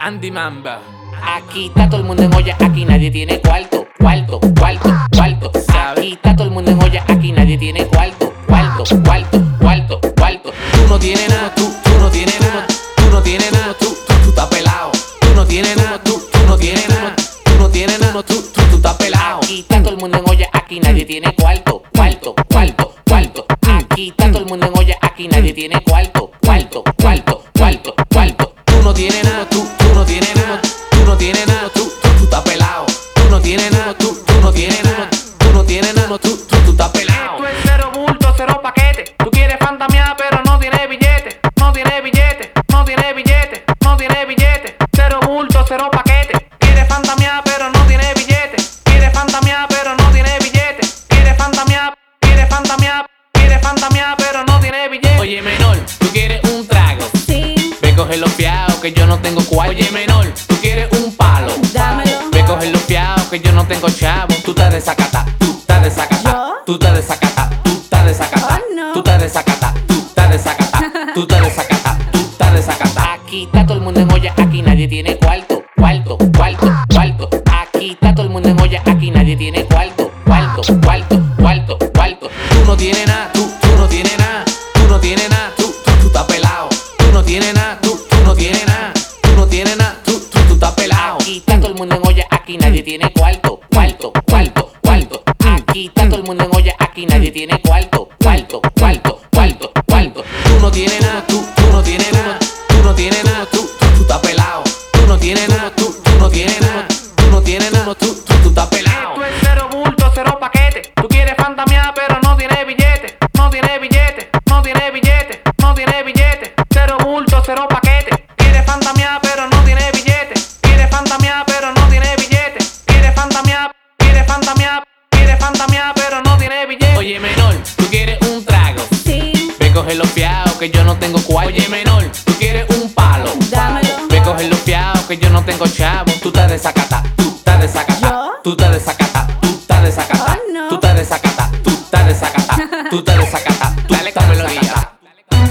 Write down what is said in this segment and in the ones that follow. Andy Mamba. Aquí está todo el mundo en olla, aquí nadie tiene cuarto, cuarto, cuarto, cuarto. Aquí está todo el mundo en olla, aquí nadie tiene cuarto, cuarto, cuarto, cuarto, cuarto. Tú no tienes nada, tú, tú no tienes nada, tú no tienes nada, tú, tú, tú estás pelado. Tú no tienes nada, tú, tú no tienes nada, tú no tienes nada, tú, tú, tú estás pelado. Aquí está todo el mundo en olla, aquí nadie tiene cuarto, cuarto, cuarto, cuarto. Aquí está todo el mundo en olla, aquí nadie tiene cuarto, cuarto, cuarto, cuarto, cuarto. Tú no tienes nada, tú, tú no tienes nada, tú no tienes nada, tú, tú, tú estás pelado. Tú no tienes nada, tú, tú no tienes nada, tú no tienes nada, tú, tú, tú estás pelado. Tú es cero bulto, cero paquete. Tú quieres fantasmear, pero no tiene billete. No tiene billete, no tiene billete, no tiene billete. Cero bulto, cero paquete. Quieres fantasmear, pero no tiene billete. Quieres fantasmear, pero no tiene billete. Quieres fantasmear, quieres fantasmear, quieres fantasmear, pero no tiene billete. Oye menor, tú quieres un trago. Sí, Ve coger los fiados que yo no tengo cual. Oye menor, tú quieres un palo. Dámelo. Ve coger los fiados que yo no tengo chavo. Tú te desacata, tú te desacata, ¿Yo? tú te desacata, tú te desacata, Oh, no. tú te desacata, tú te desacata, tú te desacata, tú te desacata. Aquí está todo el mundo en olla, aquí nadie tiene cuarto, cuarto, cuarto, cuarto. Aquí está todo el mundo en olla, aquí nadie tiene cuarto, cuarto, cuarto, cuarto, cuarto. Tú no tienes nada, tú, tú no tienes nada, tú no tienes nada, tú, tú, tú estás pelado. Tú no tienes nada, tú, tú no tienes nada, tú no tienes nada, tú, tú, tú estás pelado. Aquí está todo el mundo en olla, aquí nadie tiene cuarto, cuarto, cuarto, cuarto. Aquí está todo el mundo en olla, aquí nadie tiene cuarto, cuarto, cuarto, cuarto, cuarto. Tú no tienes nada, tú, tú no tienes nada, tú no tienes nada, tú, tú, tú estás pelado. Tú no tienes nada, tú, tú no tienes nada, tú no tienes nada, tú, tú, tú estás pelado. Tú es cero bulto, cero paquete. Tú quieres fantasmear, pero no tiene billete. No tiene billete, no tiene billete, no tiene billete. Cero bulto, cero paquete. Quieres fantasmear, pero no tiene billete. Quieres fantasmear, pero no tiene billete. Quieres fantasmear, quieres fantasmear, quieres fantasmear, pero no tiene billete. Oye menor, tú quieres un trago. sí, Ve coger los fiados que yo no tengo cual. Oye menor, tú quieres un palo. dámelo. Ve coger los fiados que yo no tengo chavo. Tú te desacata, tú te desacata, ¿Yo? tú te desacata, tú te desacata, Oh, no. tú te desacata, tú te desacata, tú te desacata, tú te desacata.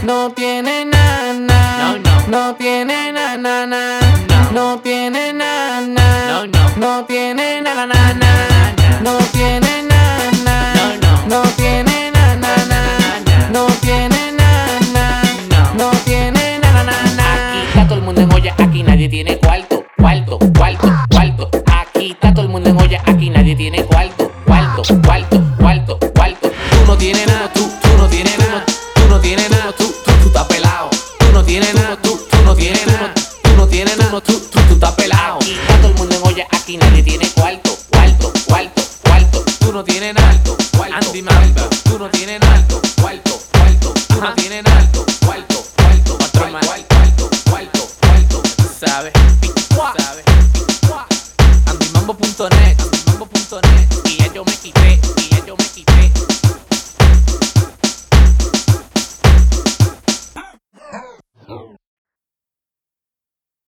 No tiene nana, No, no. tiene nana, No. tiene nana, No, no. tiene nana, no tiene nana, No, no. tiene nana, no tiene nana, No. tiene nana, Aquí está todo el mundo en olla, aquí nadie tiene cuarto, cuarto, cuarto, cuarto. Aquí está todo el mundo en olla, aquí nadie tiene cuarto, cuarto, cuarto, cuarto, cuarto. Tú no tienes nada, tú, tú no tienes nada, tú no tienes nada, tú, tú, tú estás pelado. Tú no tienes nada, tú, tú no tienes nada, tú no tienes nada, tú, tú, tú estás pelado. Aquí está todo el mundo en olla, aquí nadie tiene cuarto, cuarto, cuarto, cuarto. Tú no tienes alto, cuarto, Andy cuarto. Tú no tienes alto, cuarto, cuarto. Tú no Ajá. tienes alto, cuarto, cuarto, cuarto, más. cuarto, cuarto, cuarto, cuarto. ¿Sabes?